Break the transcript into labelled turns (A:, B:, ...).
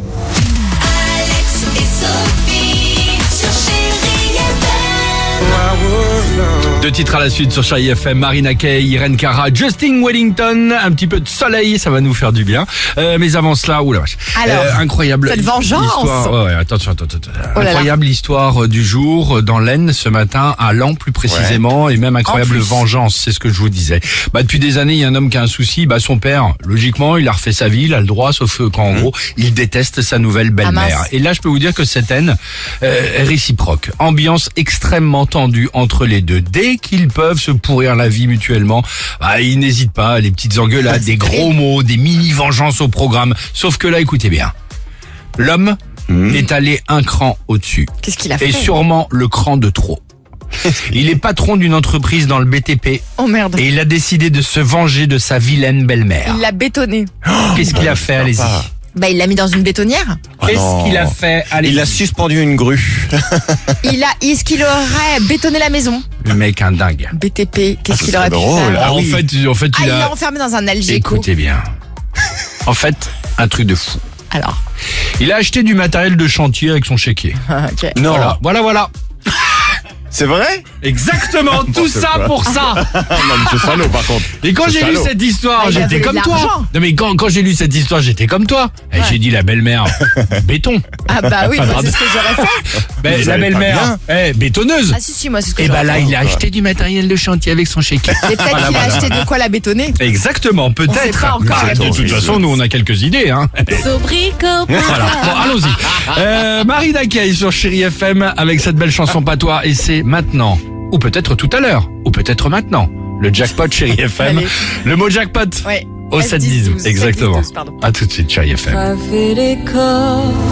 A: Alex et Sophie sur Chérie FM.
B: Deux titres à la suite sur Chérie FM, Marina Kaye, Irene Cara, Justin Wellington, un petit peu de soleil, ça va nous faire du bien. Euh, mais avant cela, oula vache. Euh,
C: Alors,
B: incroyable.
C: cette vengeance.
B: histoire- ouais, ouais, attention, attends, attends, attends.
C: Oh là là.
B: incroyable histoire euh, du jour euh, dans l'Aisne ce matin, à Lan plus précisément, et même incroyable vengeance, c'est ce que je vous disais. Bah, depuis des années, il y a un homme qui a un souci, bah, son père, logiquement, il a refait sa vie, il a le droit, sauf euh, qu'en gros, il déteste sa nouvelle
C: Mmh. Ah,
B: belle-mère.
C: mince.
B: Et là, je peux vous dire que cette haine euh, est réciproque. Ambiance extrêmement tendue entre les deux. Dès qu'ils peuvent se pourrir la vie mutuellement, bah, ils n'hésitent pas à les petites engueulades, des gros mots, des mini-vengeances au programme. Sauf que là, écoutez bien, l'homme
D: Mmh.
B: est allé un cran au-dessus.
D: Ah,
C: Qu'est-ce qu'il a fait
B: Et sûrement le cran de trop. Il est patron d'une entreprise dans le BTP
C: Oh merde.
B: et il a décidé de se venger de sa vilaine belle-mère.
C: Il l'a bétonné.
D: Oh,
B: Qu'est-ce qu'il a fait, allez-y
C: Bah, il l'a mis dans une bétonnière.
B: Qu'est-ce
D: Oh, non.
B: qu'il a fait, allez-y
D: Il a suspendu une grue.
C: Il a, est-ce qu'il aurait bétonné la maison
B: Le mec, un dingue.
C: BTP,
B: Ah,
C: qu'est-ce
D: ce
C: qu'il
D: serait
C: aurait pu
D: drôle.
C: faire
B: Alors, en fait, en fait,
C: Ah, il
B: il a...
C: l'a enfermé dans un Algeco.
B: Écoutez bien. En fait, un truc de fou.
C: Alors,
B: Il a acheté du matériel de chantier avec son chéquier.
C: ok.
D: Non.
B: Voilà, voilà, voilà.
D: C'est vrai
B: Exactement, tout ça pour ça.
D: Ah Non, mais c'est salaud par contre.
B: Et quand
D: Ce
B: j'ai lu
D: salaud.
B: cette histoire,
C: Ah, il
B: j'étais
C: avait
B: comme
C: de
B: toi.
C: l'argent.
B: Non mais quand, quand j'ai lu cette histoire, j'étais comme toi. Et j'ai dit la belle-mère, béton.
C: Ah bah oui,
B: Enfin,
C: bah,
B: pardon.
C: c'est ce que j'aurais fait.
B: Ben,
D: Vous
B: la
D: allez pas
B: belle-mère, eh, bétonneuse.
C: Ah si, si, moi, c'est ce que
B: Et ben
C: j'aurais
B: là,
C: fait.
B: il Ah, bah a acheté du matériel de chantier avec son chéquier.
C: Et peut-être qu'il a acheté de quoi la bétonner.
B: Exactement,
C: On sait
B: peut-être.
C: pas encore.
B: Mais De toute façon, nous, on a quelques idées. Hein. Voilà, bon, allons-y. Euh, Marie d'accueil sur Chéri FM avec cette belle chanson patois et c'est maintenant, ou peut-être tout à l'heure, ou peut-être maintenant, le jackpot Chéri FM.
C: Allez.
B: Le mot jackpot
C: Ouais.
B: au 7-10.
C: 7-10-12,
B: Exactement.
C: 7-10-12, pardon.
B: À tout de suite, Chéri FM.
E: Laver les corps